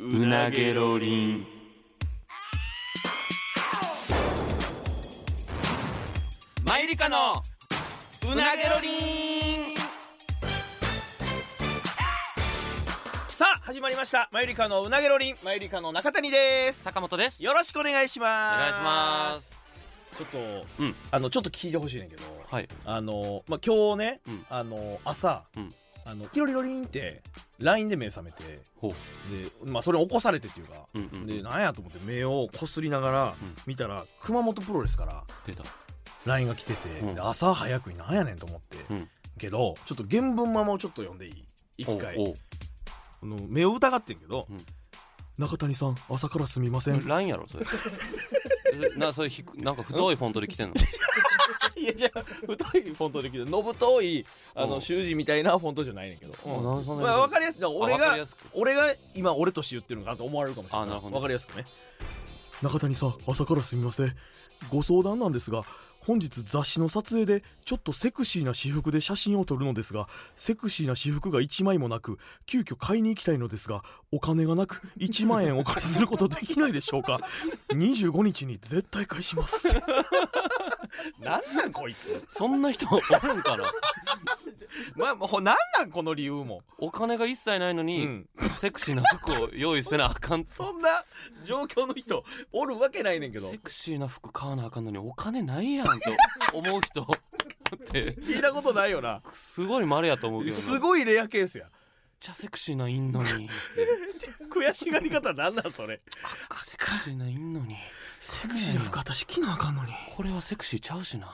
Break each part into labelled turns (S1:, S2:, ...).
S1: うなげろりん
S2: マイリカのうなげろりん
S3: さあ始まりましたマユリカのうなげろりんマユリカの中谷です
S2: 坂本です
S3: よろしくお願いし
S2: お
S3: ます
S2: 願いします
S3: ちょっと、
S2: うん
S3: あのちょっと聞いてほしいねんけど、
S2: はい
S3: あのまあ今日ね、
S2: うん
S3: あの朝、
S2: うん
S3: あのキロリロリンって LINE で目覚めて
S2: ほう
S3: でまあそれに起こされてっていうか、
S2: うんうんうん
S3: でなんやと思って目をこすりながら
S2: うん
S3: 見たら熊本プロレスから
S2: 出た
S3: LINE が来てて、
S2: うん
S3: で朝早くになんやねんと思って、
S2: うん
S3: けどちょっと原文ままをちょっと読んでいい一回
S2: おう
S3: あの目を疑ってんけど、
S2: うん
S3: 中谷さん朝からすみませ
S2: お
S3: ん
S2: うラインやろ それえなそれひくなんか太いフォントで来 てんの
S3: いやいや太いフォントできるのぶといあ
S2: う
S3: の
S2: ん
S3: 習字みたいなフォントじゃないねんけど、
S2: あなんでそんな
S3: まあ、分かりやすいだから俺
S2: あわかり
S3: が
S2: やすく
S3: 俺が今俺として言ってるのかなと思われるかもしれな
S2: あ
S3: い
S2: なるほど
S3: 分かりやすくね
S4: 中谷さん朝からすみませんご相談なんですが本日雑誌の撮影でちょっとセクシーな私服で写真を撮るのですがセクシーな私服が1枚もなく急遽買いに行きたいのですがお金がなく1万円お借りすることできないでしょう か25日に絶対返しますって
S3: なんなんこいつ
S2: そんな人おるんかな
S3: まあもうほなんなんこの理由も、
S2: お金が一切ないの
S3: う
S2: に、
S3: ん、
S2: セクシーな服を用意せなあかん
S3: そんな状況の人おるわけないねんけど
S2: セクシーな服買わなあかんのにお金ないやんと思う人って
S3: 聞いたことないよな
S2: すごい稀やと思うけどな
S3: すごいレアケースや
S2: めっちゃセクシーないんのに
S3: 悔しがり方なんなんそれ
S2: セクシーないんのに
S4: セクシーな服私着なあかんのに
S2: これはセクシーちゃうしな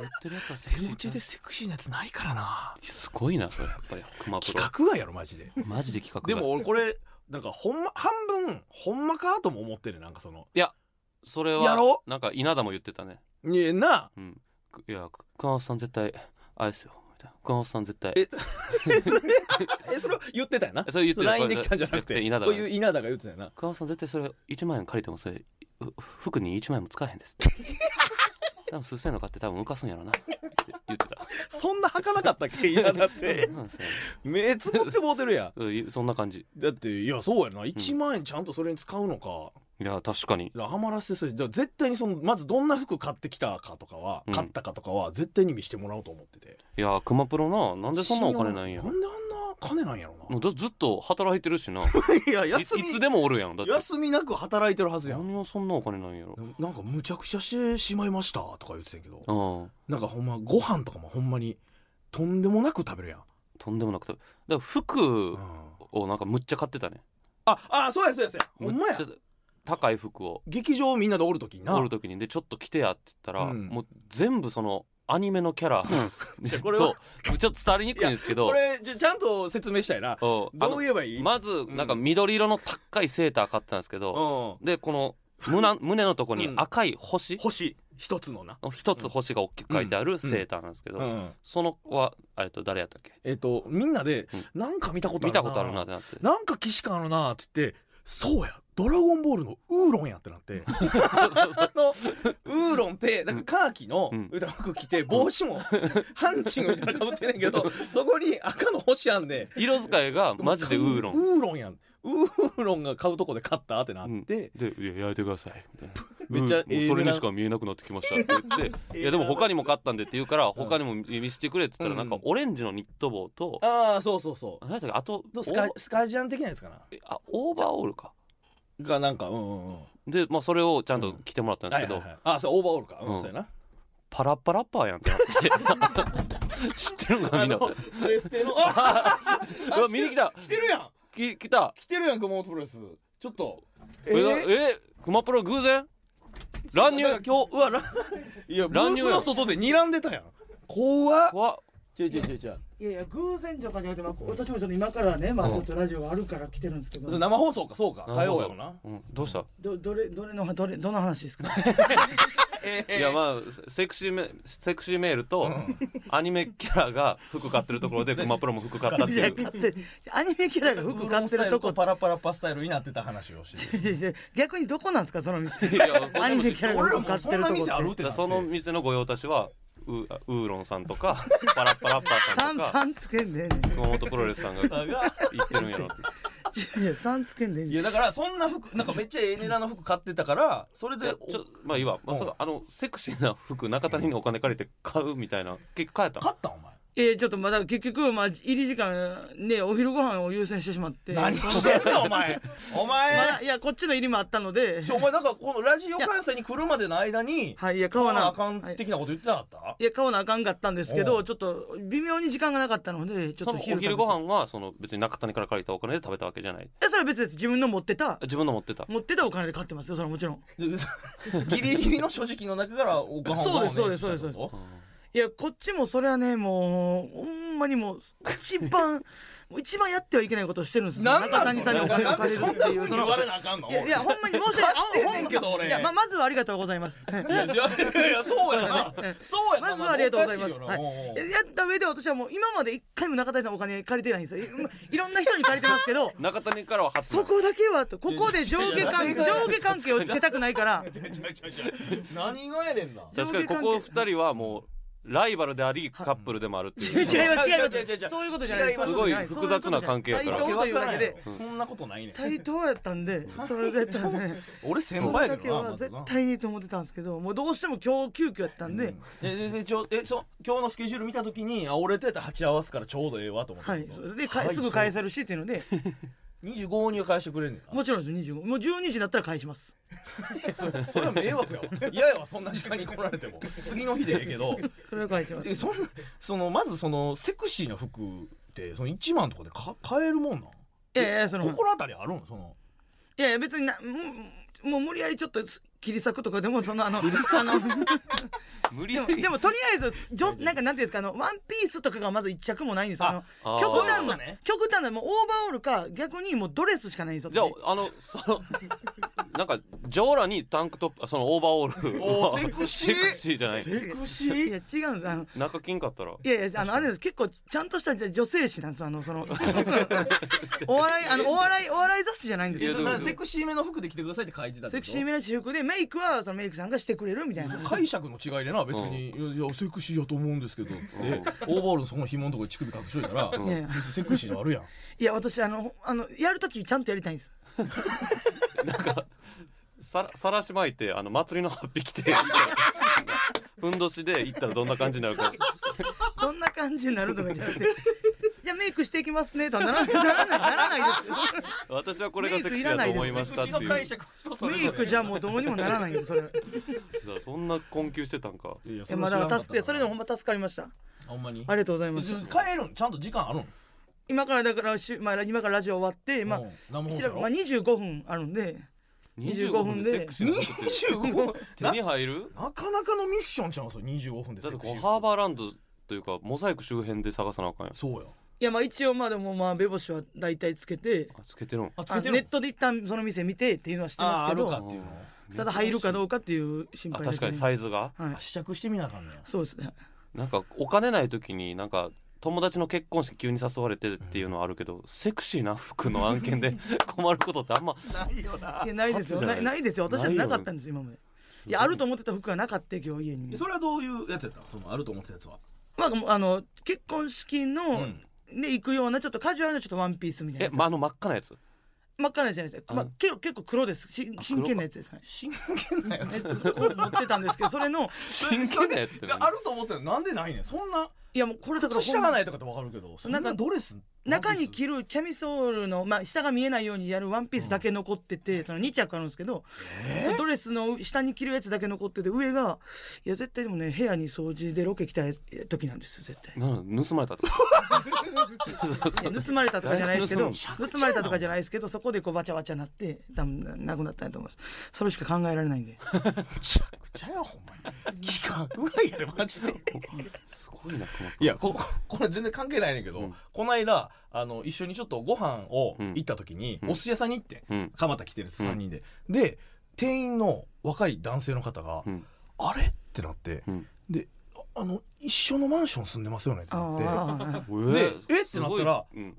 S2: 言ってるやつはセク
S4: 手
S2: シ
S4: 打
S2: ーち
S4: ち
S2: ゃう
S4: でセクシーなやつないからな
S2: すごいなそれやっぱり熊プロ
S3: 企画外やろマジで
S2: マジで企画
S3: で
S2: が
S3: も俺これなんかほんま半分ほんまかとも思ってるなんかその
S2: それ
S3: や
S2: は
S3: ろ
S2: なんか稲田も言ってたね
S3: いやな
S2: うんくいやく熊本さん絶対あれですよみたいな熊本さん絶対
S3: ええそれを言ってたよな
S2: それ言ってた
S3: LINE できたんじゃなく
S2: こ
S3: て
S2: れ稲田
S3: こ
S2: が
S3: ういう稲田が言ってたよな
S2: 熊本さん絶対それ1万円借りてもそれふ服に1万円も使えへんです 多分数千円の買って多分浮かすんやろなって言って た
S3: そんな儚かったっけ稲 田って
S2: なんですよ
S3: 目つぶってもうてるや
S2: うんそんな感じ
S3: んだっていやそうやな1万円ちゃんとそれに使うのか
S2: いや確かに
S3: だからハマらせするしだから絶対にそのまずどんな服買ってきたかとかは、
S2: うん
S3: 買ったかとかは絶対に見してもらおうと思ってて
S2: いや熊プロななんでそんなお金ないんや
S3: なんであんな金なんやろ
S2: もうだずっと働いてるしない
S3: な いや
S2: いつでもおるやんだって
S3: 休みなく働いてるはずやん
S2: 何をそんなお金なんやろ
S3: ななんかむちゃくちゃしてしまいましたとか言ってたんやけど
S2: ああ
S3: なんかほんまご飯とかもほんまにとんでもなく食べるやん、
S2: とんでもなくてだから服
S3: うん
S2: をなんかむっちゃ買ってたね
S3: ああそうやそうやそうやほんまや
S2: むっちゃ高い服を
S3: 劇場みんなでおる時にな
S2: おる時にでちょっと着てやって言ったら、
S3: うん
S2: もう全部そのアニメのキャラ、
S3: やこれは
S2: とちょっと伝わりにくいんですけど
S3: これじゃちゃんと説明したい
S2: う
S3: な
S2: んあ
S3: どう
S2: の
S3: 言えばいい、
S2: まずなんか緑色の高いセーター買ってたんですけ
S3: う
S2: ど、
S3: ん、
S2: でこの 胸胸のとこに
S3: うん
S2: 赤い星
S3: 星一つのな、
S2: 一つ星が大きく書いてあるセーターなんですけど、
S3: うん、
S2: その子はあれと誰やったっけ
S3: えっ、とみんなで、
S2: う
S3: なんか見たことあるな
S2: 見たことあるなってなって
S3: なんか既視感あるなって言ってそうやドラゴンボールのウーロンやってなって あのウーロンってなんかカーキの
S2: うん
S3: 歌服着て帽子 もハンチングみたいなのかぶってんねんけどそこに赤の星あんで
S2: 色使いがマジでウーロン
S3: ウーロンやんウーロンが買うとこで買ったってなって、
S2: で「いや焼いてください」みたいな「
S3: めっちゃ
S2: うんもうそれにしか見えなくなってきました」って言って「いやでも他にも買ったんで」って言うから「他にも見せてくれ」って言ったら
S3: うん
S2: なんかオレンジのニット帽と
S3: ああそうそうそ
S2: 何やったっけあと
S3: う
S2: オ
S3: スカ
S2: ーバ
S3: スカジャン的なやつかな
S2: ーあオーバーオールか
S3: がなんかうんうんうん
S2: でまあそれをちゃんと着てもらったんです
S3: はい
S2: け
S3: はい
S2: ど
S3: はいあそうオーバーオールかうん、
S2: うん
S3: そうやな
S2: パラッパラッパーやんってな って知ってるのか
S3: あ
S2: みんな
S3: のプレ ステのあ
S2: うわ見に来た
S3: 来てるやん
S2: き来た
S3: 来てるやん熊本プロレスちょっとえ
S2: ええクマプロ偶然乱入
S3: なんか今日うわらいやブ
S2: 乱
S3: ー
S2: 入
S3: ス
S2: やん
S3: の外で睨んでたやん怖っ
S2: わ
S3: ちょいちょいちょいちょい
S5: いやいや偶然じゃなくて、まあ、私もちょっと今からね、まあ、ちょっとラジオがあるから来てるんですけ
S3: それ
S5: ど、
S3: 生放送かそうか火曜やもんな
S2: うんどう した
S5: どどれどれのどれどの話ですか
S2: いやまあセクシーメセクシーメールとアニメキャラが服買ってるところでクマプロも服買ったって
S5: い
S2: い
S5: や
S2: う
S5: 買ってアニメキャラが服買ってるとこ
S3: パラパラパスタイルになってた話をしてる
S5: 逆にどこなんですかその店
S2: いや
S5: アニメキャラが
S3: 俺ら
S5: 服買
S3: も
S5: っ
S3: そ
S5: て
S3: ん
S5: る
S3: な
S5: とこ
S3: 店あるっ
S5: って
S3: なって
S2: その店の御用達はウーウーロンさんとかパラッパラッパーさ
S5: 三
S2: んとか
S5: 三つけんでええねん
S2: 熊本プロレスさんが行ってるんやろって
S5: いやさんつけんでいい
S3: いやだからそんな服なんかめっちゃええ値段の服買ってたからそれ
S2: いや
S3: で
S2: ちょまあいいわ、まあ、
S3: うん
S2: そうあのセクシーな服中谷にお金借りて買うみたいな結局買えた
S3: 買ったんお前
S5: えー、ちょっとまだ結局、まあ、入り時間ねお昼ご飯を優先してしまって
S3: 何してんだお前お
S5: ま
S3: 前
S5: だいやこっちの入りもあったので
S3: ちょお前なんかこのラジオ関西に来るまでの間に
S5: はいいや買
S3: 買わ
S5: わ
S3: な
S5: な
S3: あかん
S5: はい
S3: 的なこと言ってなかった、
S5: いや買わなあかんかったんですけ
S3: お
S5: ど
S3: う
S5: ちょっと微妙に時間がなかったのでちょ
S2: そ
S5: っと
S2: のお昼ご飯はその別に中谷から借りたお金で食べたわけじゃない
S5: えそれは別です自分の持ってた
S2: 自分の持ってた
S5: 持ってたお金で買ってますよそれはもちろん
S3: ギリギリの所持金の中からおご飯を
S5: そうです
S3: お願いしたって
S5: そうです
S3: こと
S5: いやこっちもそれはねもうほんまにもう一番 もう一番やってはいけないことをしてるんですよ
S3: なん
S5: 中
S3: なん
S5: 谷さんにお
S3: それ
S5: 金を借りるっ
S3: なんで
S5: て
S3: そんな
S5: いう
S3: 風に
S5: そ
S3: 言
S5: の
S3: われなあかんの
S5: いやいやほんまに申し訳
S3: 貸してんねんけど
S5: あほま
S3: 俺
S5: いやままずはありがとうございます
S3: いやいやいやそうやなそうやな
S5: まずはありがとうございます
S3: おかしよな
S5: は
S3: うんうん
S5: やった上で私はもう今まで一回も中谷さんのお金借りてないんですよいまいろんな人に借りてます けど
S2: 中谷からは初
S5: そこだけはとここで上下関上下関係をつけたくない から
S3: ちゃうちゃうちゃう何がやねんな
S2: 確かにここ二人はもうライバルでありカップルでもあるって
S5: 違
S2: い
S5: う違う
S2: う
S5: 違
S3: 違う違う違
S5: う
S3: う
S5: そういうことじゃない
S3: 違います
S2: すごい複雑な関係やから
S5: そういうことじゃない対等というだけで
S3: そんなことないねん
S5: 対等やった んでそれだけはね
S3: 俺先
S5: そ
S3: 輩
S5: れ
S3: や
S5: だ
S3: け
S5: け
S3: どな
S5: は
S3: まず
S5: 絶
S3: な
S5: 対にと思ってたんですけどもうどうしても今日急遽やったんで、
S3: えででちょえそ今日のスケジュール見たときにあ俺とやったら鉢合わすからちょうどええわと思って、
S5: はい、それで、かすぐ返せるしっていうので、
S3: 25には返してくれんねんな
S5: もちろんですよ25もう12時だったら返します
S3: それそれは迷惑やわ嫌やわそんな時間に来られても次の日でええけど
S5: それは返します
S3: でそんなそのまずそのセクシーな服ってその1万とかでか買えるもんなん
S5: いやいやその
S3: 心当たりあるんその
S5: いやいや別になもうもう無理やりちょっと切り裂くとかでもその あのあの
S2: 無理
S5: で
S2: や
S5: も
S2: り
S5: でもとりあえずじょなんかなんていうんですかあのワンピースとかがまず一着もないんですよあの
S2: あー
S5: 極
S3: そう
S5: 端
S3: いうこ
S5: な、
S3: とね
S5: 極端なもうオーバーオールか逆にもうドレスしかないんですよ
S2: じゃ
S5: 私
S2: ああのそのなんかジョーラにタンクトップあそのオーバーオール
S3: おーセクシ
S2: セ
S3: ー
S2: クシーじゃない
S3: クシー
S5: いや違うんですあの
S2: 中金かったら
S5: いやいやあのあれです結構ちゃんとした女性誌なんですあのそのお笑いあのお笑いお笑い雑誌じゃないんです
S2: い
S5: よ
S2: やどういうこと
S3: セクシーめの服で着てくださいって書いてたってこと
S5: セクシーめな私服でメイクはそのメイクさんがしてくれるみたいな。
S3: 解釈の違いでな別に、いやいやセクシーやと思うんですけどって、
S2: うん
S3: オーバーオールのそこの紐のとこに乳首隠しといたら、
S5: いやいや
S3: 別にセクシーのあるやん
S5: いや私あのあのやるときちゃんとやりたいんです。
S2: さらさらしまいてあの祭りの8匹で ふんどしで行ったらどんな感じになるか
S5: どんな感じになるとかじゃなくて。じゃあメイクしていきますねとはならないならないならない
S2: 私はこれがセクシーだと思いましたっていう
S3: 釈人
S5: です。メイクじゃもうどうにもならないんですそれ。い
S2: だからそんな困窮してたんか
S3: いやいやそ
S5: や
S3: れ
S5: ま
S3: は
S5: あ
S3: 知らん
S5: だか
S3: からった
S5: 助けそれでもほんま助かりました。
S3: ほんまに
S5: ありがとうございます
S3: 別。に帰るんちゃんと時間あるん
S5: 今からだからしゅまあ今からラジオ終わってまあ
S3: うん生放送
S5: し
S3: や
S5: ら
S3: ろ
S5: まあ25分あるんで。
S2: 25
S5: 25
S2: 分
S5: 分
S2: で
S5: で
S2: セクシーなことって
S3: 25
S2: 手
S3: 分
S2: に入る
S3: なかなかのミッションちゃうんそれ25分で
S2: だ
S3: セ
S2: ってこ
S3: クシ
S2: う
S3: ー
S2: ハーバーランドというかモザイク周辺で探さなあかんやん
S3: そうや
S5: いやまあ一応まあでもまあベボシは大体つけて。
S2: あつけてるん
S3: あつ
S5: あ
S3: け
S5: の
S3: てる
S5: ネットで一旦その店見てっていうのはして
S3: あ
S5: ます
S3: あ
S5: け
S3: る
S5: ど
S3: かっていうの
S5: ただ入るかどうかっていう心
S2: あ
S5: 配
S2: 確かに
S5: ね
S2: サイズが
S5: はい
S3: あ、試着してみなあかんねや
S5: そうですね
S2: なんかお金ない時になんか友達の結婚式急に誘われてっていうのはあるけど、セクシーな服の案件で困ることってあんま
S5: いやないですよ
S2: 初じゃ
S5: な
S2: ない
S5: いないですよ私は
S2: ないよ
S5: なかったんです今までいやあると思ってた服がなかった今日家に
S3: それはどういうやつやったのそのあると思ってたやつは
S5: まあもうあの結婚式
S3: う
S5: の
S3: ん
S5: で行くようなちょっとカジュアルなちょっとワンピースみたい
S2: え
S5: なや、つ
S2: ま、あの真っ赤なやつ
S5: 真っ赤なやつじゃないですか、まあ
S2: うん、
S5: けど結構黒ですし真剣なやつです、はい、
S3: 真剣なやつ
S5: を持ってたんですけどそれの
S2: 真剣なやつって
S3: い
S2: 何
S3: やあると思ってたのなんでないねんそんない
S5: やもうこれだから
S3: 靴
S5: ほ
S3: 下
S5: ん
S3: が
S5: ま
S3: ないとかってわかるけどそん
S5: な
S3: なん
S5: か
S3: ドレス
S5: 中に着るキャミソールの、まあ、下が見えないようにやるワンピースだけ残ってて、その2着あるんですけど、ドレスの下に着るやつだけ残ってて上がいや絶対でもね部屋に掃除でロケ来た時なんですよ絶対。
S2: なんか盗まれたとか
S5: いや盗まれたとかじゃないですけど
S2: 大体
S5: 盗まれたとかじゃないですけどそこでこうバチャバチャなって多分なくなったんだと思いますそれしか考えられない んで
S3: ちゃくちゃやほんまに期間ぐらいやでマジで
S2: すごいなこの
S3: いやこ これ全然関係ないねんけど、
S2: うん
S3: こないだあの一緒にちょっとご飯を
S2: うん
S3: 行った時に、
S2: うん
S3: お寿司屋さんに行って
S2: うん
S3: 蒲田来てるやつ3人で、で店員の若い男性の方が「
S2: うん
S3: あれ?」ってなって、
S2: うん
S3: であ「あの一緒のマンション住んでますよね」って
S5: あ
S3: なって「あ
S5: あ
S3: でえって
S2: すごい
S3: なった
S2: う
S3: ら
S2: ん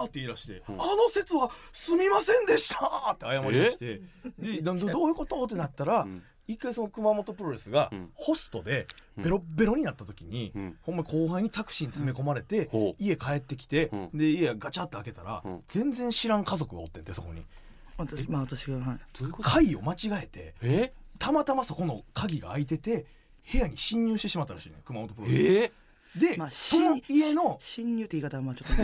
S3: あ」って言い出して、
S2: ん
S3: あの説はすみませんでした!」って謝り出してでどどどういうことってなったら、
S2: うん
S3: 一回その熊本プロレスが
S2: うん
S3: ホストで
S2: うん
S3: ベロッベロになった時に、
S2: うん
S3: ほんま後輩にタクシーに詰め込まれて、
S2: ほう
S3: 家帰ってきて、
S2: うん
S3: で家ガチャって開けたら、
S2: うん
S3: 全然知らん家族がおってんてそこに
S5: 私まあ私がはい
S2: どういうこと
S3: 階を間違えて
S2: え
S3: たまたまそこの鍵が開いてて部屋に侵入してしまったらしいね熊本プロレス、
S2: え
S3: で、
S5: まあ
S3: その家の
S5: 侵入って言い方はまあちょっ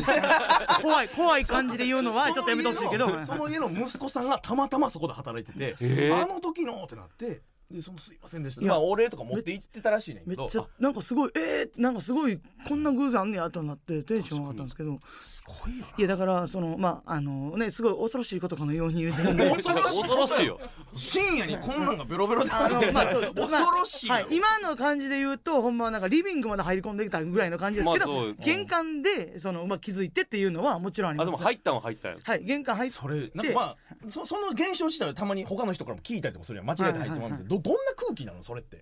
S5: と怖い怖い感じで言うのはちょっとやめてほしいけど
S3: その家のその家 の息子さんがたまたまそこで働いてて、
S2: えー
S3: あの時のってなってでそのすいませんでした
S5: いや
S3: まあお礼とか持って行ってたらしいねん
S5: め
S3: け
S5: っ
S3: ど
S5: ちゃなんかすごいえー、なんかすごいこんな偶然あんねやとなってテンション上がったんですけど
S3: すごいよ
S5: いやだからそのまああのねすごい恐ろしいことかのように言うてるん
S3: な
S5: で。
S3: 恐ろしい
S2: 恐ろしいよ
S3: 深夜にこんなんがベロベロであ
S5: あ
S3: る
S5: の
S3: って、
S5: まあ
S3: 恐ろしいよ、
S5: はい、今の感じで言うとほんまはなんかリビングまで入り込んできたぐらいの感じですけど、
S2: まあそう
S5: 玄関でその、まあ、気づいてっていうのはもちろんありま
S2: あ
S5: す
S2: でも入ったんは入ったんや
S5: はい玄関入っ
S3: それなんかまあそその現象自体はたまに他の人からも聞いたりとかするやん間違えて入ってもらう
S5: はいはいは
S3: けどどどんな空気なのそれって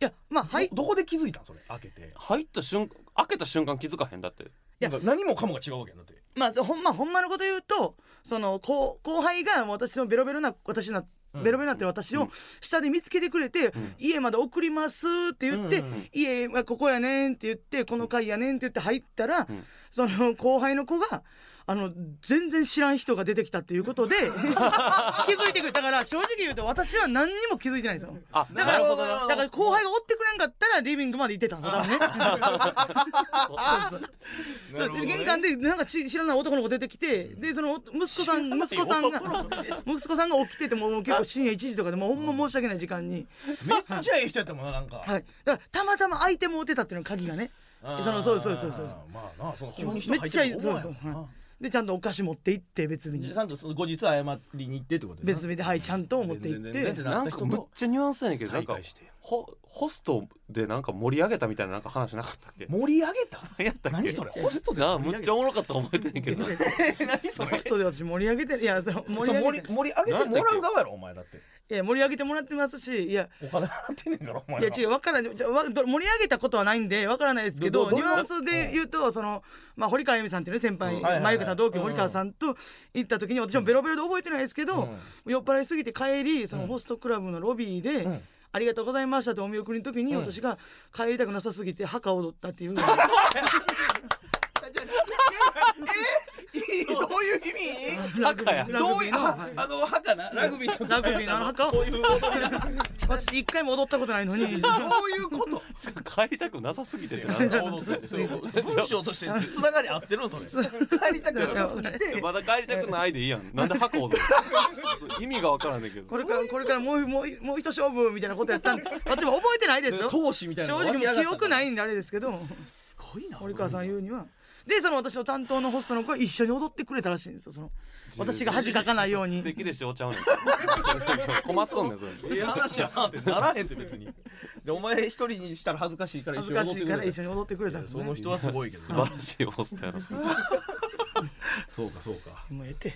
S5: いやまあ入っ
S3: どどこで気づいたんそれ開けて
S2: 入った瞬間開けた瞬間気づかへんだって
S3: なんか何もかもが違うわけやんだって
S5: まあほんまほんまのこと言うとその後後輩が私のベロベロな私な
S3: うん
S5: ベロベロになってる私を下で見つけてくれて、家まで送りますって言って、
S3: うんうんうん
S5: 家はここやねんって言ってこの階やねんって言って入ったら、
S2: ん
S5: その後輩の子があの全然知らん人が出てきたってい うことで気づいてくれたから正直言うと私は何にも気づいてないんですよ
S2: あ
S5: だから
S2: なるほどな
S5: だから後輩が追ってくれんかったらリビングまで行ってたんですよ多分ねそうそうそう玄関でなんかち知らない男の子出てきて、でその息子さん息子さんが息子さんが起きててももう結構深夜1時とかでもうほんま申し訳ない時間に、
S3: めっちゃええ人やったもんななんか、
S5: はい、だからたまたま相手も打てたっていうの鍵がね
S3: あー
S5: そのそうそうそうそうそう
S3: まあなその急に人
S5: めっ
S3: 入っ
S5: ちゃ
S3: て
S5: い
S3: く
S5: い
S3: る
S5: そ
S3: そうう
S5: そ
S3: そうう、
S5: はいでちゃんとお菓子持って行って別日に
S3: ちゃんとその後日謝りに行ってってことやな
S5: 別日ではいちゃんと持って行って
S3: 全然全然
S2: な
S3: なんん
S2: か
S3: か
S2: むっちゃニュアンスやねんけどなん
S3: 再
S2: か
S3: 会して
S2: ホホストでなんか盛り上げたみたいななんか話なかったっけ
S3: 盛り上げた
S2: 何やったっけ
S3: 何それホストで
S2: なあ
S3: 盛
S2: む
S3: り上
S2: っ
S3: げ
S2: ちゃおもろかったの覚えてないけど
S3: 何そ
S5: ホ
S3: れ
S5: ストで私盛り上げていやその盛
S3: そ
S5: り
S3: う
S5: 上
S3: 盛
S5: げ
S3: り
S5: て
S3: 盛り上げてもらう側やろお前だって
S5: いや盛り上げてもらってますしいや
S3: お金払ってんねんからお前
S5: いや
S3: ら
S5: 違う分からないじゃあわど盛り上げたことはないんで分からないですけど
S3: どど
S5: ニ
S3: ど
S5: ュ
S3: んな
S5: アンスで言うとその、まあ、堀川由美さんっていうね先輩、
S3: うんはいはいはい
S5: 真由美さん同期の堀川さんと行った時に私もベロベロで覚えてないですけど、酔っ払いすぎて帰りそのホストクラブのロビーで。
S3: ん
S5: ありがとうございましたとお見送りの時に、私が帰りたくなさすぎて墓を踊ったっていう
S3: えどういう意味
S2: 墓や
S5: ラグビーの
S3: ああの墓なラグビーの
S5: ラグビーのあの墓を
S3: こういう踊りなど
S5: 私一回も踊ったことないのに
S3: ういうこと
S2: 帰りたくなさすぎてってな
S3: 踊っててそういうこと文章としてつながり合ってるんそれ帰りたくなさすぎて
S2: まだ帰りたくないでいいやんなんで箱踊るそう意味がわからんねんけど
S5: これからこれからもうもうもう一勝負みたいなことやったんで私も覚えてないですよ
S3: 闘志みたいなの
S5: 正
S3: が
S5: 直
S3: 湧き上が
S5: もう
S3: った
S5: 記憶ないんであれですけど
S3: すごいな
S5: 堀川さん言うにはでその私の担当のホストの子が一緒に踊ってくれたらしいんですよその私が恥かかないように
S2: 素敵でしょちゃうねん 困っとんねんそれ
S3: ええ話やなってならへんって別にでお前一人にしたら恥ずかしいから
S5: 恥
S3: 一
S5: ず
S3: 緒
S5: か
S3: に
S5: し
S3: 踊って
S5: いか
S3: く
S5: ら
S3: れ
S5: 一
S3: た
S5: 緒に踊ってくれたんです
S3: そ
S5: ね
S3: の人はすごいけど
S2: 素晴らしいホストやなそれ
S3: そうかそうか
S5: もうええて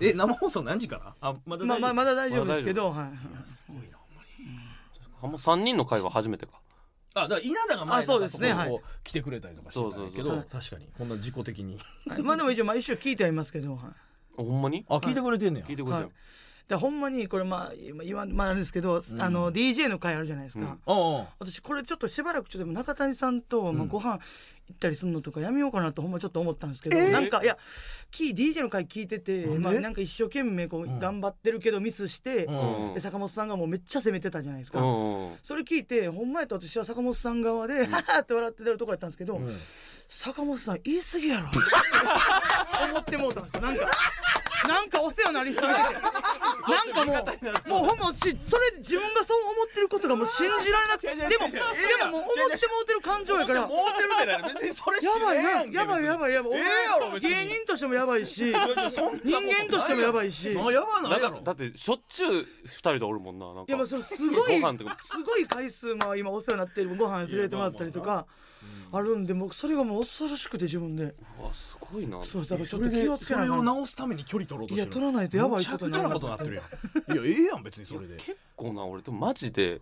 S3: え生放送何時からあまだ
S5: まあまあま
S3: だ
S5: だ大丈夫ですけどはい
S3: すごいなほんまに
S2: あんま3人の会は初めてか
S3: あだから稲田が前
S5: あそうですね
S3: なんか
S5: はい
S3: こう来てくれたりとかしてたんやけ
S2: そう
S3: ど
S2: そう
S3: 確かにこんな自己的に
S5: はいまあでも一応毎週聞いてはいますけどはい
S2: ほんまに
S3: あ聞いてくれてんね
S2: 聞いて
S3: や
S2: くれて
S5: はいでほんまにこれまあ今言わんまああれですけどあの DJ の会あるじゃないですか
S3: ああ
S5: 私これちょっとしばらくちょっとでも中谷さんとまあご飯行ったりするのとかやめようかなとほんまちょっと思ったんですけど、なんかいやキー DJ の回聞いててまあなんか一生懸命こう頑張ってるけどミスして、
S2: ん
S5: で坂本さんがもうめっちゃ責めてたじゃないですか、
S2: うんうん
S5: それ聞いてほんまやと私は坂本さん側で「ははって笑ってるとこやったんですけど、坂本さん言い過ぎやろ思ってもうたんですよなんか。なんかお世話になりすぎて なんかもうもうほんま私それ自分がそう思ってることがもう信じられなくてでもでももう思ってもうてる感情やからや
S3: 思ってるってなら別にそれ
S5: ばいなやばいやばいやば
S3: ええ
S5: い
S3: やろ別に
S5: 芸人としてもやばい し人
S3: なこと
S5: 間としてもやばいしい
S3: あやば
S2: な
S3: ない
S2: ん
S3: や
S2: か
S3: ろ
S2: だってしょっちゅう二人でおるもんななんか
S5: やまあそれすごい
S2: ご飯とか
S5: すごい回数まあ今お世話になってるご飯連れてもらったりとかあるんでもうそれがもう恐ろしくて自分で
S2: うわすごいな
S5: そうだからちょ
S3: そ
S5: っと
S3: れ
S5: 気
S3: で
S5: をつけ
S3: そ
S5: な
S3: れを
S5: が
S3: 直すために距離取ろうと
S5: い
S3: して
S5: や
S3: る
S5: 取らないとやばい
S3: むちゃ
S5: こと
S3: く
S5: に
S3: ちゃ
S5: な
S3: な
S5: る
S3: ことになってるやんいやええやん別にそれで
S2: 結構な俺でもマジで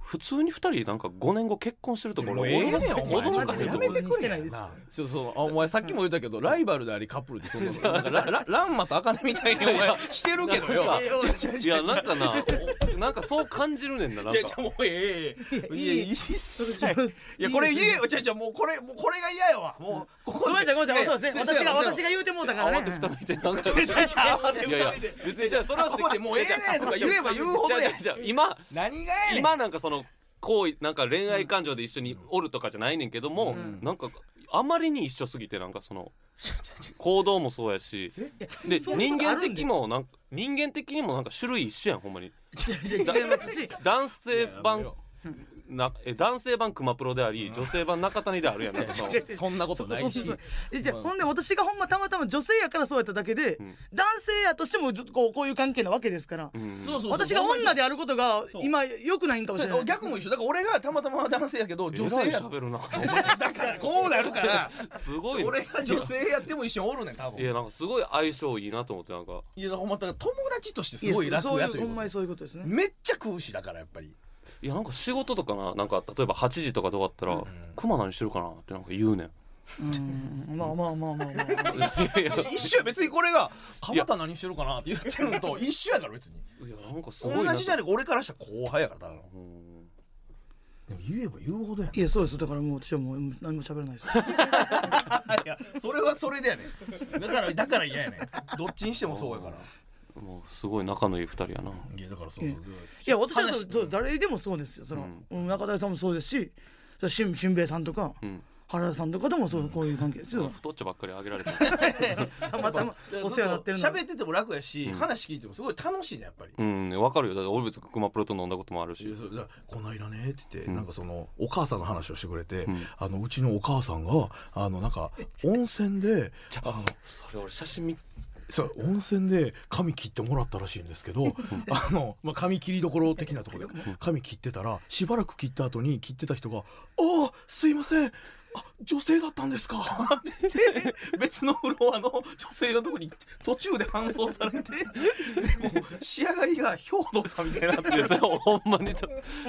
S2: 普通に2人なんか5年後結婚してるところ
S3: もうええねんお前
S2: 驚かへん
S5: や
S2: と
S5: め
S2: 思う
S5: てくれないです
S3: なあそうそうあお前さっきも言ったけど、ライバルでありカップルってそんなのなんかララランマとアカネみたいにお前してるけどよ
S2: なんか
S3: 違う違う違う
S2: いやなんかなおなんかそう感じるねんななん
S3: いやじゃ
S2: か
S3: あもうええええ
S5: い
S3: い
S5: や
S3: や
S5: いい
S3: いいっす
S5: それ自分
S3: いやこれ言えよじゃあじゃあもうこれもうこれが嫌やわもうここ
S5: ごめんなさいごめんなさい
S3: や
S5: そうですね私が私が言うてもうたからね
S2: 慌てふためいてなんか
S3: じゃあじゃあ慌て
S2: い
S3: ふ
S2: やいや
S3: ためいて
S2: 別にじゃあそれは
S3: ここでもうええねんとか言えば言うほ
S2: じ
S3: ど
S2: ゃ
S3: や
S2: あじゃあじゃあ今
S3: 何がやねん
S2: 今なんかその行為なんか恋愛感情で一緒におるとかじゃないねんけども、なんかあまりに一緒すぎてなんかその行動もそうやしで
S5: そんなこ
S2: 人
S5: と
S2: 間
S5: あるんで
S2: 的もなんか人間的にもなんか種類一緒やんほんまに
S5: 違いますし
S2: 男性
S3: いややめ
S2: 版
S3: ろ
S2: なえ男性版熊プロであり女性版中谷であるやんなんかその
S3: そんなことない
S5: そう
S3: し
S5: そうそうえじゃあほんで私がほんまたまたま女性やからそうやっただけで、
S2: ん
S5: 男性やとしてもちょっとこうこういう関係なわけですから、
S2: うん
S3: そうそうそう
S5: 私が女であることが今良くないんかもしれな
S3: そう
S5: い
S3: 逆も一緒だから俺がたまたま男性やけど女性
S2: えら
S3: や
S2: い喋るな
S3: だからこうなるから
S2: すごいな
S3: 俺が女性やっても一緒におるねん多分
S2: いやなんかすごい相性いいなと思ってなんか
S3: いやだからまた友達としてすごい楽やとい
S5: やそういうほ
S3: うんこ
S5: まにそういうことです
S3: と
S5: ね
S3: めっちゃ食うしだからやっぱり
S2: いやなんか仕事とかななんか例えば8時とかとかあったら「熊何してるかな?」ってなんか言うねん
S5: うんまあまあまあまあまあ、
S2: いやいや
S3: 一緒や別にこれが「蒲田何してるかな?」って言ってるのと一緒やから別に
S2: いやなんかすご
S3: 同
S2: いなと
S3: じじゃねえか俺からしたら後輩やからだから
S2: うん
S3: でも言えば言うほどや
S5: いやそうですだからもう私はもう何も喋らないです
S3: いやそれはそれだよねんだからだから嫌やねんどっちにしてもそうやから
S2: もうすごい仲のいい二人やな。
S3: いやだからそう
S5: いや いや私はそうそう誰でもそうですよその、中田さんもそうですしそれしんしんべヱさんとか、
S2: ん
S5: 原田さんとかでもそうこういう関係で すよ、
S2: 太っちょばっかりあげられて。
S5: たまたまお世話になってるの
S3: 喋ってても楽やし、話聞いてもすごい楽しいねやっぱり
S2: うん、わかるよ。だって俺別に熊プロと飲んだこともある
S3: いや
S2: し。
S3: そうだからこないだねって言っ
S2: う
S3: て、
S2: ん
S3: なんかそのお母さんの話をしてくれて、
S2: ん
S3: あのうちのお母さんがあのなんか温泉であの
S2: それ俺写真見
S3: そう温泉で髪切ってもらったらしいんですけど あの、まあ、髪切りどころ的なところで髪切ってたらしばらく切った後に切ってた人が「ああすいませんあ女性だったんですか」って別のフロアの 女性のとこに途中で搬送されてでもう仕上がりが兵頭さんみたいになって
S2: いやそれほんまにちょ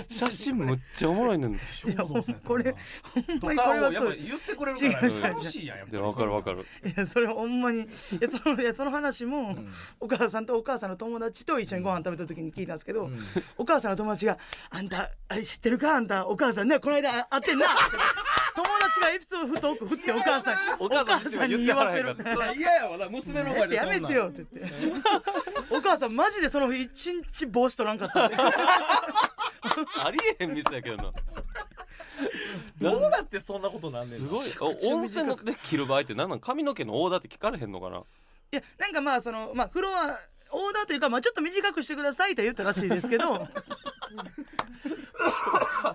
S2: 写真むっちゃおもろいねん。
S5: いやほんまこれほん
S3: と
S5: まにこ
S3: か
S5: れ
S3: を
S5: は
S3: や
S5: そ
S3: っ
S5: う
S3: ぱり言ってくれるから
S5: 違う違う違う
S3: 楽しいやんやっぱ
S2: で
S3: り
S2: わかるわかる。
S5: いやそれほんまにいやそのいやその話も、お母さんとお母さんの友達と一緒にご飯食べた時に聞いたんですけど、お母さんの友達が「あんたあれ知ってるかあんたお母さんねこの間会ってんな」友達がエピソードを振ってお母さん
S2: お母さん自身は言ってはらへんかった
S3: それ嫌やわな娘の前で
S5: や
S3: そんな
S5: め
S3: ん
S5: てよって言ってお母さんマジでその日一日帽子取らん かったって
S2: ありえへんミスやけどな。
S3: どうなってそんなことなんねん
S2: すごい。お温泉で着る場合ってなんなん髪の毛のオーダーって聞かれへんのかな。
S5: いやなんかまあそのまあフロアオーダーというか、まあ、ちょっと短くしてくださいとは言ったらしいですけど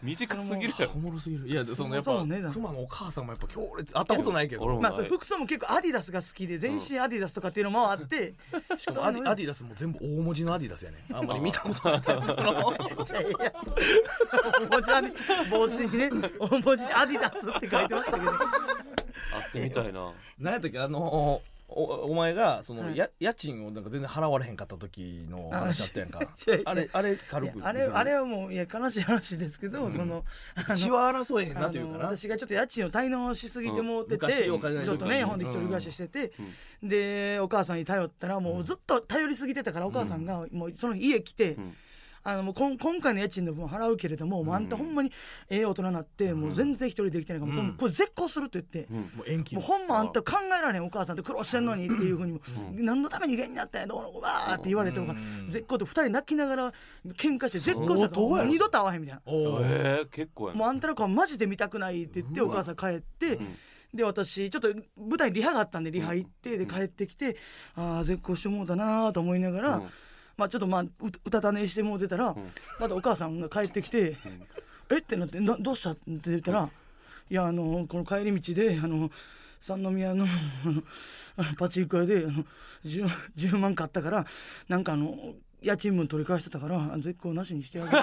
S2: 短すぎるやろ。
S3: おもろすぎるいやそのやっ
S5: そ
S3: ぱ
S5: うねなんか
S3: 熊のお母さんもやっぱ強烈会ったことないけ
S2: 俺
S3: ど
S2: も
S5: まあ
S2: な
S5: それ
S2: い。
S5: 服装も結構アディダスが好きで全身アディダスとかっていうのもあって、
S3: しかもアディアディダスも全部大文字のアディダスやね あんまり見たことない
S5: 大文字 はね帽子にね大文字でアディダスって書いてましたけど
S2: 会ってみたいな。
S3: 何やったっけあのおお前がその、
S5: はい
S3: や家賃をなんか全然払われへんかった時の話だったやんか
S5: あ 違う違う
S3: あれあれ軽
S5: い
S3: く
S5: やあれあれはもういや悲しい話ですけど、そのあの
S3: 血は争えへん
S5: あ
S3: なという
S5: の
S3: かな
S5: 私がちょっと家賃を滞納しすぎてもうてて、
S3: うん昔お金ない
S5: ちょっと
S3: 時に
S5: ね日本で一人暮らししてて、でお母さんに頼ったらもうずっと頼りすぎてたからお母さんがもうその日家来て。
S2: ん
S5: あのもうこん今回の家賃の分払うけれども、もうあんたほんまにええ大人になって、もう全然一人できてないから、もうこれ絶好すると言って、
S3: もう延期
S5: もうほんまあんた考えられんお母さんと苦労してんのにっていうふうにも、何のために芸人になったんやどうのわーって言われても、絶好と二人泣きながら喧嘩して絶好
S3: 相
S5: した
S3: 当やろ
S5: 二度と会わへんみたいな。
S3: おー
S2: ええ結構や
S5: もう
S2: な。
S5: あんたの顔マジで見たくないって言ってお母さん帰って、で私ちょっと舞台リハがあったんでリハ行って、で帰ってきてああ絶好してもうだなーと思いながら、まあちょっとまあううたた寝してもうてたら、またお母さんが帰ってきて「えっ?」てなってな「どうした?」って言ったら「いやあのこの帰り道であの三宮のあのあのパチンコ屋であの 10, 10万買ったからなんかあの家賃分取り返してたから絶好なしにしてあげる」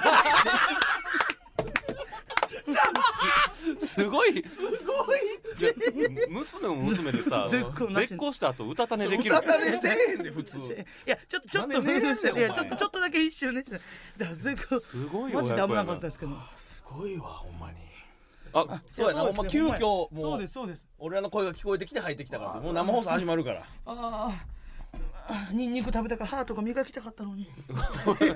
S2: すごいすごい娘も娘でさ
S5: 絶好なし
S2: 絶好した後うたた寝できる
S3: 歌たれせえへんで普通
S5: いやちょっとちょっと
S3: なんで寝れんねん
S5: いや
S3: お前
S5: ちょっとちょっとだけ一瞬ねだから全部
S2: すごい
S5: マジで
S2: 親
S5: 危
S2: 子や
S5: なかったですけど
S3: すごいわほんまに
S2: あ
S5: そうやな
S3: ほんま急遽も
S5: そう
S3: う
S5: ですそうです
S3: 俺らの声が聞こえてきて入ってきたからもう生放送始まるから
S5: ああニンニク食べたから歯とか磨きたかったのに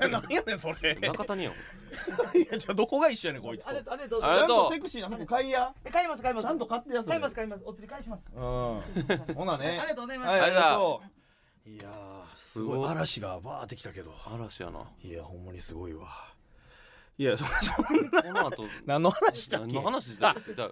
S3: 何やねんそれ
S2: 中谷やん
S3: いやじゃあどこが一緒やねんこいつと
S5: あれ
S3: ち
S5: あれどうぞ
S2: あれ
S3: ゃんと
S2: と
S3: セクシーな服買いや
S5: え買います買いま
S3: ち
S5: す
S3: ゃんと買ってやそ
S5: 買
S3: れ
S5: います買いますお釣り返します
S3: うんほなね
S5: ありがとうございます
S3: はいありがとういやーす
S2: す
S3: ご
S2: ご
S3: い
S2: い
S3: 嵐がバーってきたけど
S2: 嵐 やな
S3: いやほんまにすごいわいやそそ
S2: この後
S3: 何の話したっ
S2: 何
S3: け
S2: の話したっけじゃあ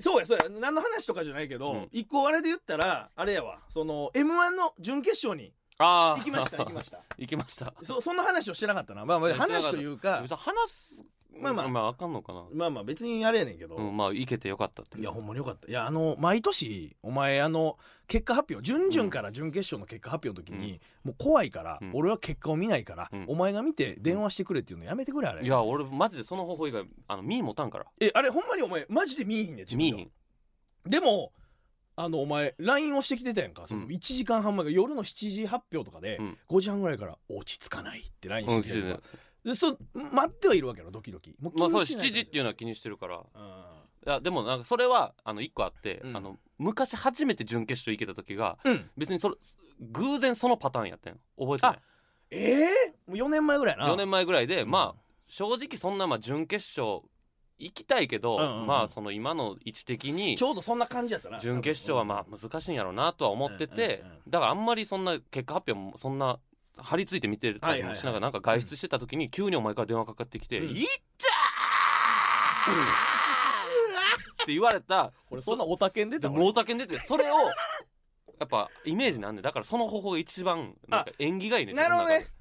S3: そうやそうや何の話とかじゃないけど、
S2: うん
S3: 一個あれで言ったらあれやわその m 1の準決勝に
S2: あー
S3: 行きました行きました
S2: 行きました
S3: そそんな話をしてなかったなまあまあ話というか
S2: 別に話す
S3: ま
S2: ま
S3: あ
S2: あま
S3: まあ
S2: あまああかんのかな
S3: まあまあ別にあれやねんけど、
S2: うんまあ行けてよかったって
S3: いやほんまによかったいやあの毎年お前あの結果発表準々から準決勝の結果発表の時に、もう怖いから、
S2: うん
S3: 俺は結果を見ないから、
S2: うん
S3: お前が見て電話してくれっていうのやめてくれあれ
S2: いや俺マジでその方法以外あの身持たんから
S3: えあれほんまにお前マジで見えへんねん自分
S2: 見
S3: で
S2: え
S3: は
S2: へん
S3: でもあのお前 LINE をしてきてたやんかその
S2: うん
S3: 1時間半前が夜の7時発表とかで
S2: うん
S3: 5時半ぐらいから「落ち着かない」って LINE してきてたやん
S2: うん
S3: かでそ待ってはいるわけやろドキドキもう
S2: まあそう
S3: し
S2: 7時っていううのは気にしてるから
S3: の
S2: いやでもなんかそれはあの1個あって、
S3: うん
S2: あの昔初めて準決勝行けた時が
S3: うん
S2: 別にそれ偶然そのパターンやったん覚えてない
S3: ええもう4年前ぐらいやな
S2: 4年前ぐらいで、
S3: うん
S2: まあ正直そんなまあ準決勝行きたいけど、
S3: うんうんうん
S2: まあその今の位置的に
S3: ちょうどそんな感じやったな
S2: 準決勝はまあ難しいんやろうなとは思ってて、
S3: うんうん
S2: だからあんまりそんな結果発表もそんな張り付いて見てるたりもしながらなんか外出してた時に急にお前から電話かかってきて「
S3: うん
S2: いったー!」って言われた
S3: 俺そんなおたけんで
S2: で
S3: た
S2: も
S3: も
S2: うたけん出てそれをやっぱイメージなんでだからその方法が一番なんか縁起がいいね
S3: なるほ
S2: 自
S3: ど
S2: 分の中
S3: ね
S2: で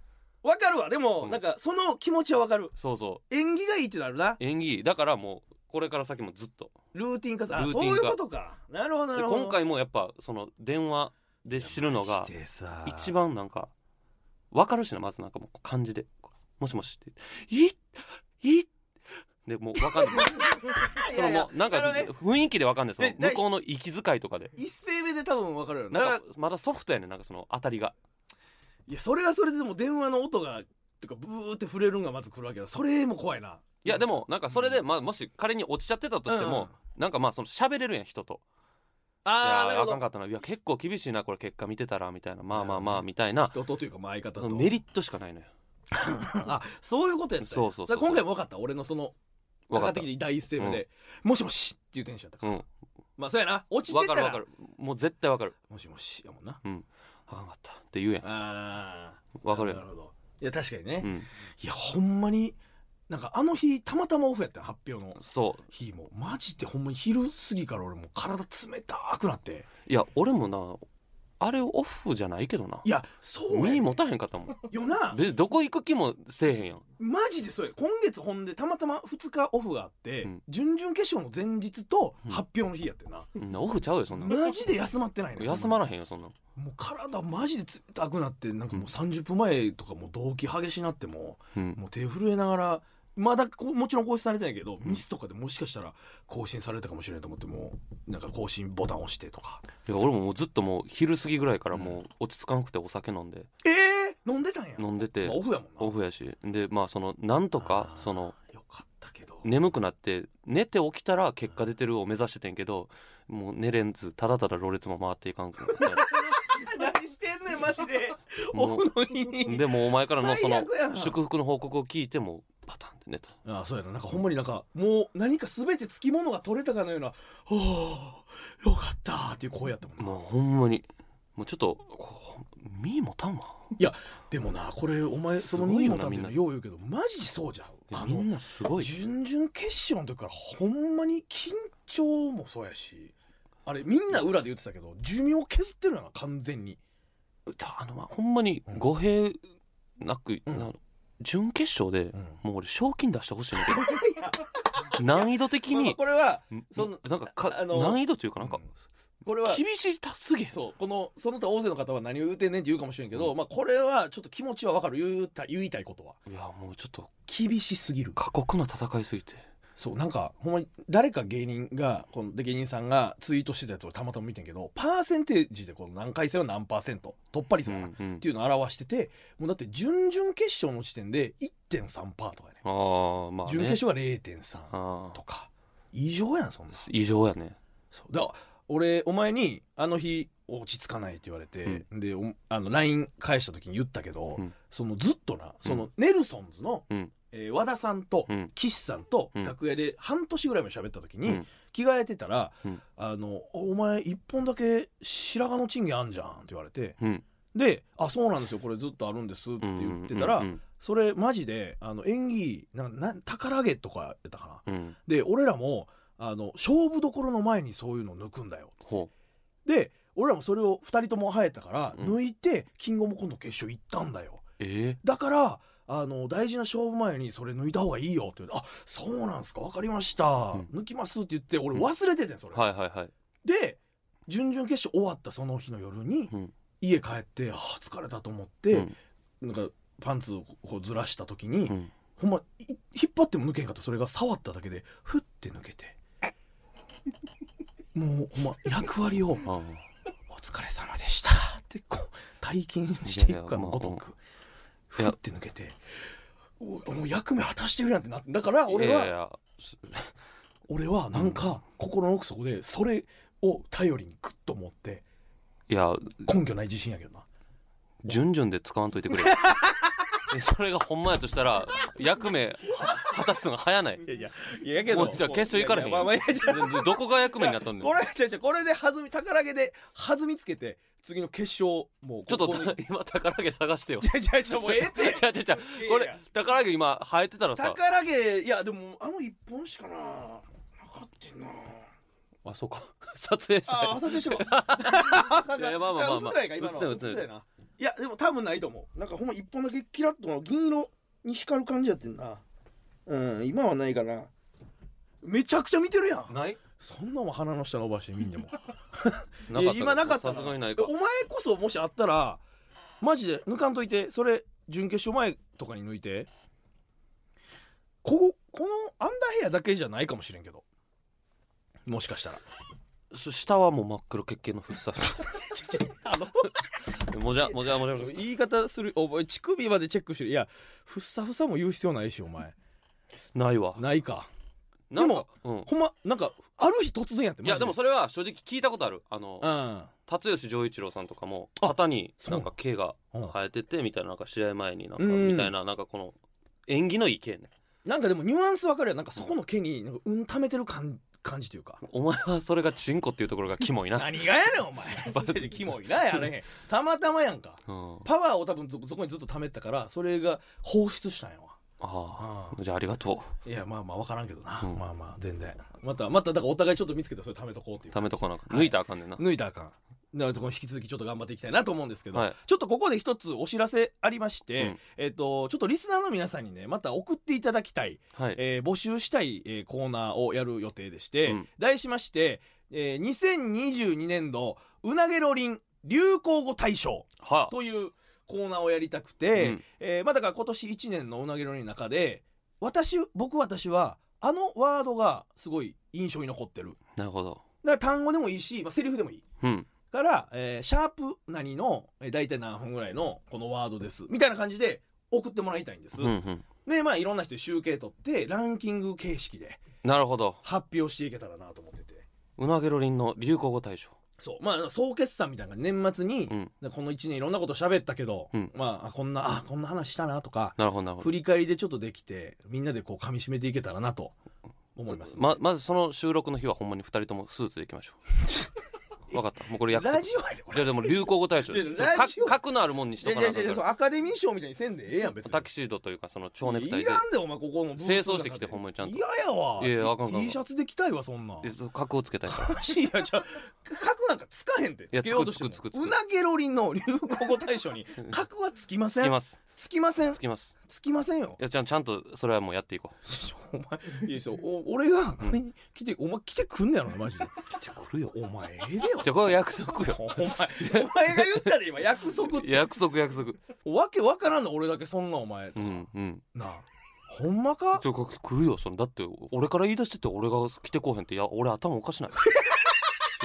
S3: わかるわでも
S2: うん
S3: なんかその気持ちはわかる
S2: そうそ
S3: 縁起がいいってなるな
S2: う縁起いいだからもうこれから先もずっと
S3: ルーティン化さあ
S2: ルーテ
S3: そう
S2: ィン
S3: い
S2: 化
S3: うことかなるほどな
S2: で
S3: るほど
S2: 今回もやっぱその電話で知るのが
S3: してさ
S2: 一番なんか分かるしなまずなんかもう漢字で「もしもし」って「いっいっ」でもう分 かんないそのもうなんか
S3: なるほどね
S2: 雰囲気で分かんないその
S3: でで
S2: 向こうの息遣いとかで
S3: 一斉目で多分分かるよな
S2: なんかまだソフトやねんなんかその当たりが
S3: いやそれはそれででも電話の音がとかブーって触れるんがまず来るわけだそれも怖いない
S2: やでもなんかそれでまあもし仮に落ちちゃってたとして
S3: うん
S2: もなんかまあその喋れるやん人とい
S3: ああな
S2: や
S3: る
S2: あ
S3: ほ
S2: かん
S3: ど
S2: かったないや結構厳しいなこれ結果見てたらみたいなまあまあ
S3: なる
S2: ま
S3: ほ
S2: あ
S3: ど
S2: みたいな
S3: 人とというかまあ相方
S2: そ
S3: と
S2: のメリットしかないのよ
S3: あそういうことやったんや
S2: そうそうそう
S3: だから今回も分かった俺のその
S2: 分か
S3: かか
S2: っ
S3: って
S2: た
S3: きて第一声目で「もしもし」っていうテンションやった
S2: う
S3: から
S2: ん
S3: まあそうやな落ちて
S2: 分
S3: た
S2: からる分かるもう絶対分かる
S3: もしもしやもんな
S2: あかんかったって言うやん
S3: ああ
S2: 分かるや
S3: なんるほどいや確かにね
S2: うん
S3: いやほんまになんかあの日たまたまオフやったん発表の
S2: そう
S3: 日もマジでほんまに昼過ぎから俺もう体冷たくなって
S2: いや俺もなあれオフじゃないけどない
S3: やそうや
S2: 身
S3: ねん
S2: 持たへんかったもん
S3: よな
S2: 別にどこ行く気もせえへんやん
S3: マジでそれ今月ほんでたまたま2日オフがあって、
S2: うん
S3: 準々決勝の前日と
S2: うん
S3: 発表の日やってんな、
S2: うんオフちゃうよそんなの
S3: マジで休まってないね
S2: 休ま
S3: ない
S2: らへんよそんなの
S3: もう体マジで冷たくなってなんかもう30分前とかもう動悸激しなっても
S2: うん
S3: もう手震えながらまだこうもちろん更新されてないけど、
S2: うん
S3: ミスとかでもしかしたら更新されたかもしれないと思ってもうなんか更新ボタン押してとか
S2: いや俺ももうずっともう昼過ぎぐらいからもう落ち着かなくてお酒飲んで
S3: えー、飲んでたんや、
S2: 飲んでて
S3: まあオフやもんな
S2: オフやしでまあそのなんとか
S3: あー
S2: その
S3: よかったけど
S2: 眠くなって寝て起きたら結果出てるを目指しててんけどもう寝れんずただただろれつも回っていかんくなっ
S3: 何してんねんマジで
S2: て
S3: オ
S2: も
S3: フの日
S2: う
S3: に
S2: でもうお前からのそ
S3: 最
S2: の
S3: 悪やな
S2: 祝福の報告を聞いてもうパタンって寝た
S3: ああそうやななんかほんまになんかもう何か全てつきものが取れたかのような「おおよかった」っていう声やったもんな
S2: もうほんまにもうちょっとこう身もたんわ
S3: でもなこれお前その
S2: すごい
S3: 2
S2: よ
S3: の
S2: な
S3: ための
S2: みんな
S3: よう言うけどマジでそうじゃん
S2: いや
S3: あ
S2: みん
S3: の
S2: なすごい
S3: 準々決勝の時からほんまに緊張もそうやしあれみんな裏で言ってたけど寿命削ってるよな完全に
S2: あのまあほんまに
S3: うん
S2: 語弊なく、
S3: うん
S2: な準決勝で、
S3: うん
S2: もう俺賞金出してほしいん だけど難易度的に
S3: これはそ
S2: そ
S3: の
S2: のなんかか
S3: あの
S2: 難易度というかなんか、
S3: これは
S2: 厳しいすぎへん
S3: そうこのその他大勢の方は何を言うてんねんって言うかもしれんけど、まあこれはちょっと気持ちはわかる言うた言いたいことはい
S2: やもうちょっと
S3: 厳しすぎる
S2: 過酷な戦いすぎて
S3: そうなんかほんまに誰か芸人がこので芸人さんがツイートしてたやつをたまたま見てんけどパーセンテージでこの何回戦は何パーセント突破率
S2: う
S3: はなん
S2: うん
S3: っていうのを表しててもうだって準々決勝の時点で1.3%とかやね
S2: ああまあね
S3: 準決勝は0.3
S2: ああ
S3: とか異常やんそんな
S2: 異常やね
S3: そうだから俺お前に「あの日落ち着かない」って言われて、でおあの LINE 返した時に言ったけど、
S2: うん
S3: そのずっとなそのネルソンズの、
S2: うん
S3: えー和田さんと
S2: うん
S3: 岸さんと
S2: うん
S3: 楽屋で半年ぐらいも喋った時に、
S2: うん
S3: 着替えてたら「
S2: うん
S3: あのお前一本だけ白髪の賃金あんじゃん」って言われて
S2: うん
S3: で「あそうなんですよこれずっとあるんです」って
S2: うん
S3: 言ってたら、
S2: うん
S3: それマジであの演技なんかなん宝毛とかやったかな
S2: うんうん
S3: で俺らもあの勝負どころの前にそういうの抜くんだよ
S2: ほ
S3: で俺らもそれを2人とも生えたから、
S2: うん
S3: 抜いてキングオブコント決勝行ったんだよ
S2: うえ
S3: だからあの大事な勝負前にそれ抜いた方がいいよって言うてあそうなんすか分かりました、
S2: う
S3: 抜きますって言って俺忘れててんそれ、
S2: えはいはいはい
S3: で準々決勝終わったその日の夜に、
S2: うん
S3: 家帰ってあ疲れたと思って、
S2: うん
S3: なんかパンツをこうずらした時に、
S2: うん
S3: ほんまい引っ張っても抜けへんかったそれが触っただけでふって抜けて もうほんま役割を
S2: ああ
S3: 「お疲れ様でした」ってこう体験していくかのごとく
S2: いやいやまあ
S3: ふ
S2: うん
S3: って抜けておもう役目果たしてるやんってなってだから俺
S2: いやい
S3: は
S2: や
S3: 俺はなんか心の奥底でそれを頼りにグッと持って
S2: いや
S3: 根拠ない自信やけどな
S2: じゅんじゅんで使わんとい てくれえそれがほんまやとしたら役目は果たすのが早ない
S3: いやいやいややけ
S2: もうじゃあ決勝行かれへん
S3: いやいやまあまあいやじゃあ
S2: どどこが役目になったんだ
S3: こ
S2: よ
S3: れじゃじゃこれで弾み宝毛で弾みつけて次の決勝もう
S2: ちょっと
S3: ここに
S2: 今宝毛探 してよ
S3: じゃじゃじゃもうええ っ
S2: じ
S3: て
S2: ゃじゃじゃこれ宝毛今生えてたらさ
S3: 宝毛いやでもあの一本しかななかったな
S2: あそうか 撮影した
S3: あ
S2: い
S3: あ撮影しても
S2: い
S3: い
S2: やまあまあまあまあ
S3: 映ってないか今の
S2: 映ってない映ってない
S3: いないやでも多分ないと思うなんかほんま一本だけキラッとこの銀色に光る感じやってんなうん今はないかなめちゃくちゃ見てるやん
S2: ない
S3: そんなもん鼻の下伸ばしてみんでも
S2: ないか
S3: や
S2: った
S3: 今なかっ
S2: さ
S3: た
S2: すがにないか
S3: お前こそもしあったらマジで抜かんといてそれ準決勝前とかに抜いてこここのアンダーヘアだけじゃないかもしれんけどもしか したら
S2: そ下はもう真っ黒血形のふっさもじゃもじゃもじゃもじゃ
S3: 言い方するお前乳首までチェックしてるいやふっさふさも言う必要ないしお前
S2: ないわ
S3: ないか
S2: で
S3: も
S2: うん
S3: ほんまなんかある日突然やって
S2: いやでも
S3: そ
S2: それは正直聞いたことあるあの
S3: うん
S2: 辰吉丈一郎さんとかも肩に
S3: そう
S2: なんか毛が
S3: うん
S2: 生えててみたいななんか試合前になんか
S3: うん
S2: みたいななんかこの縁起のいい毛ね
S3: なんかでもニュアンスわかるやんなんかそこの毛になんかうん溜めてる感感じというか
S2: お前はそれがチンコっていうところがキモいな
S3: 何がやねんお前ちょっとキモいなやれへんたまたまやんか
S2: うんあ
S3: パワーを多分そこにずっと溜めてたからそれが放出したんやわ
S2: あじゃあありがと
S3: いやまあまあ分からんけどな、
S2: うん
S3: まあまあ全然またまただからお互いちょっと見つけてそれ溜めとこうっていう
S2: うためとかなんか抜いたらあかんねんな
S3: 抜いたらあかんなのでこの引き続きちょっと頑張っていきたいなと思うんですけど、
S2: はい
S3: ちょっとここで一つお知らせありまし
S2: う
S3: て、
S2: ん
S3: えっ、とちょっとリスナーの皆さんにねまた送っていただきたい、
S2: はい
S3: えー募集したい、えーコーナーをやる予定でして、
S2: うん
S3: 題しまして、えー2022年度うなげろりん流行語大賞
S2: は
S3: というコーナーをやりた
S2: あ
S3: く
S2: う
S3: て、
S2: ん
S3: えーまあだから今年1年のうなぎのの中で私僕私はあのワードがすごい印象に残ってる
S2: なるほど
S3: だから単語でもいいし、まあ、セリフでもいい
S2: うん
S3: から、えーシャープ何の、えー、大体何分ぐらいのこのワードですみたいな感じで送ってもらいたいんです、
S2: うんうん
S3: でまあいろんな人に集計取ってランキング形式で
S2: なるほど
S3: 発表していけたらなと思ってて
S2: うなげろりんの流行語大賞
S3: そうまあ総決算みたいな年末に、
S2: うん
S3: この1年いろんなこと喋ったけど、
S2: うん
S3: まああこんなあこんな話したなとか
S2: なるほどなるほど
S3: 振り返りでちょっとできてみんなでこう噛み締めていけたらなと思います、
S2: ままずその収録の日はほんまに2人ともスーツで行きましょう わかったもうこれ約束
S3: ラジオやでこ
S2: いや
S3: れ
S2: でも流行語大賞
S3: いやいや
S2: そのか
S3: ラジオ
S2: 格のあるもんにし
S3: い
S2: と
S3: や
S2: か
S3: い
S2: な
S3: や
S2: あかんか
S3: いやいやそう
S2: ら
S3: アカデミー賞みたいにせんでええやん別に
S2: タキシードというかその蝶ネクタイ
S3: い
S2: で
S3: らんでお前ここのブースの中で
S2: 清掃してきてほんまにちゃんと
S3: 嫌やわ
S2: いやいやあかんあかん
S3: T シャツで着たいわそんなん
S2: えそう格をつけたいから
S3: いやじゃあ格なんかつかへんて
S2: や
S3: つけようとしても
S2: つくつくつくつく
S3: うなげろりんの流行語 大賞に格はつきま
S2: つ
S3: せ
S2: き
S3: ん
S2: ます
S3: つきません
S2: つきます
S3: つきませんよ
S2: いやちゃんちゃんとそれはもうやっていこう
S3: お前いやそうお俺がこれに来てお前来てくんねやろなマジで来てくるよお前ええ でよ
S2: じゃあこれは約束よ
S3: お前お前が言ったで今 約束って
S2: 約束約束
S3: わけわからんの俺だけそんなお前
S2: うんうん
S3: なあほんまか
S2: ちょ来るよそのだって俺から言い出してて俺が来てこうへんっていや俺頭おか しない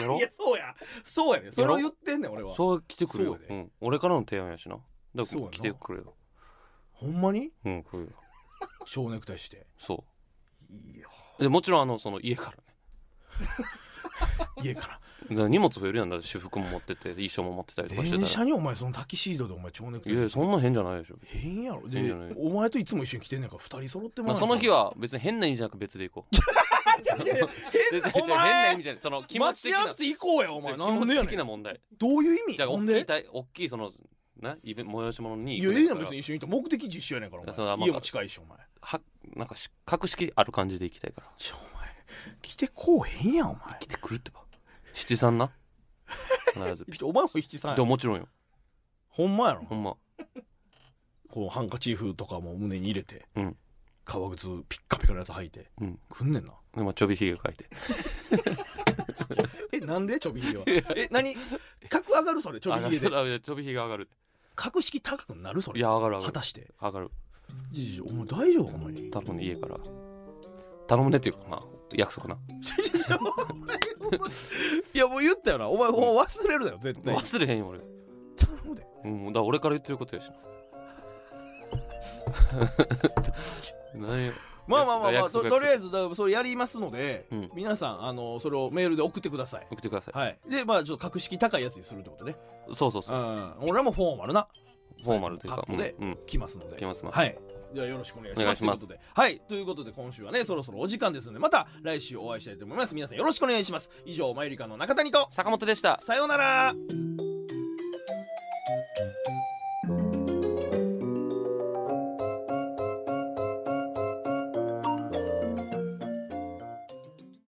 S2: やろ
S3: いやそうやそうやねそれを言ってんねん俺は
S2: そう来てくるよ
S3: そう、や
S2: う
S3: で
S2: ん、俺からの提案やしなだか
S3: そう
S2: ら
S3: やな
S2: 来てくれよ
S3: ほんまに
S2: うん来るよ
S3: 小ネクタイして
S2: そ
S3: いや
S2: うでもちろんあのその家からね
S3: 家から
S2: だから荷物増えるやんだって私服も持ってて衣装も持ってたりとかして
S3: 電
S2: たら
S3: 車にお前そのタキシードでお前蝶ネクタイ
S2: いやそんな変じゃないでしょ、
S3: 変やろ
S2: 変
S3: で
S2: じゃない
S3: お前といつも一緒に来てんねんから二人揃っても
S2: まあ、
S3: らう
S2: その日は別に変な意味じゃなく別で行こう
S3: いやい
S2: 違う
S3: や変な
S2: 違う
S3: お
S2: 変な意
S3: 前
S2: 味じゃないその気持
S3: 待
S2: ち的
S3: ち合
S2: な
S3: わせて行こうやお前
S2: 気
S3: なん
S2: 持
S3: で
S2: ち
S3: やね
S2: 的なん問題
S3: どういう意味
S2: じゃあ
S3: な
S2: 大
S3: ん
S2: き
S3: で
S2: い大大きいそのなイベ催し物に
S3: い
S2: 行
S3: や
S2: く
S3: いい
S2: んだった
S3: やん
S2: ら
S3: 別に一緒に行った目的地一緒やねんからお前
S2: そうだまあ
S3: 家も近いしお前
S2: はなんかし格式ある感じで行きたいから
S3: ちょお前来てこうへんやんお前
S2: 来てくるってば七三な必 ず
S3: お前も七三や
S2: でももちろんよ
S3: ほんまやろ
S2: ほんま
S3: こうハンカチーフとかも胸に入れて、
S2: うん
S3: 革靴ピッカピカのやつ履いて、
S2: うん
S3: くんねんな
S2: でまあちょびひげ描いて
S3: えなんでちょびひげはえ何格上がるそれちょびひげで
S2: ああいやちょびひげ上がる
S3: 格式高くなるそ
S2: い
S3: れ
S2: や上がる上が
S3: 果
S2: る
S3: たして
S2: 上がる
S3: じいじお前大丈夫お前
S2: 多分家から頼むねっていうかな約束な
S3: お前いやもう言ったよなお前もう忘れるなよ絶対
S2: 忘れへんよ俺
S3: 頼むで
S2: うん、だから俺から言ってることやし な。何や
S3: まあまあまあ、まあ、
S2: 約
S3: と
S2: 束
S3: とりあえずだそれやりますので、
S2: うん
S3: 皆さんあのそれをメールで送ってください
S2: 送ってください。
S3: はいでまあちょっと格式高いやつにするってことね
S2: そうそう
S3: う
S2: そう。
S3: ん俺らもフォーマルな
S2: フォーマルというか
S3: カ。ットで
S2: うんうん。
S3: 来ますので
S2: 来ます来ます
S3: はいではよろしくお願いします
S2: お願いします
S3: ということではいということで今週はねそろそろお時間ですのでまた来週お会いしたいと思います皆さんよろしくお願いします以上マユリカの中谷と
S2: 坂本でした。
S3: さようなら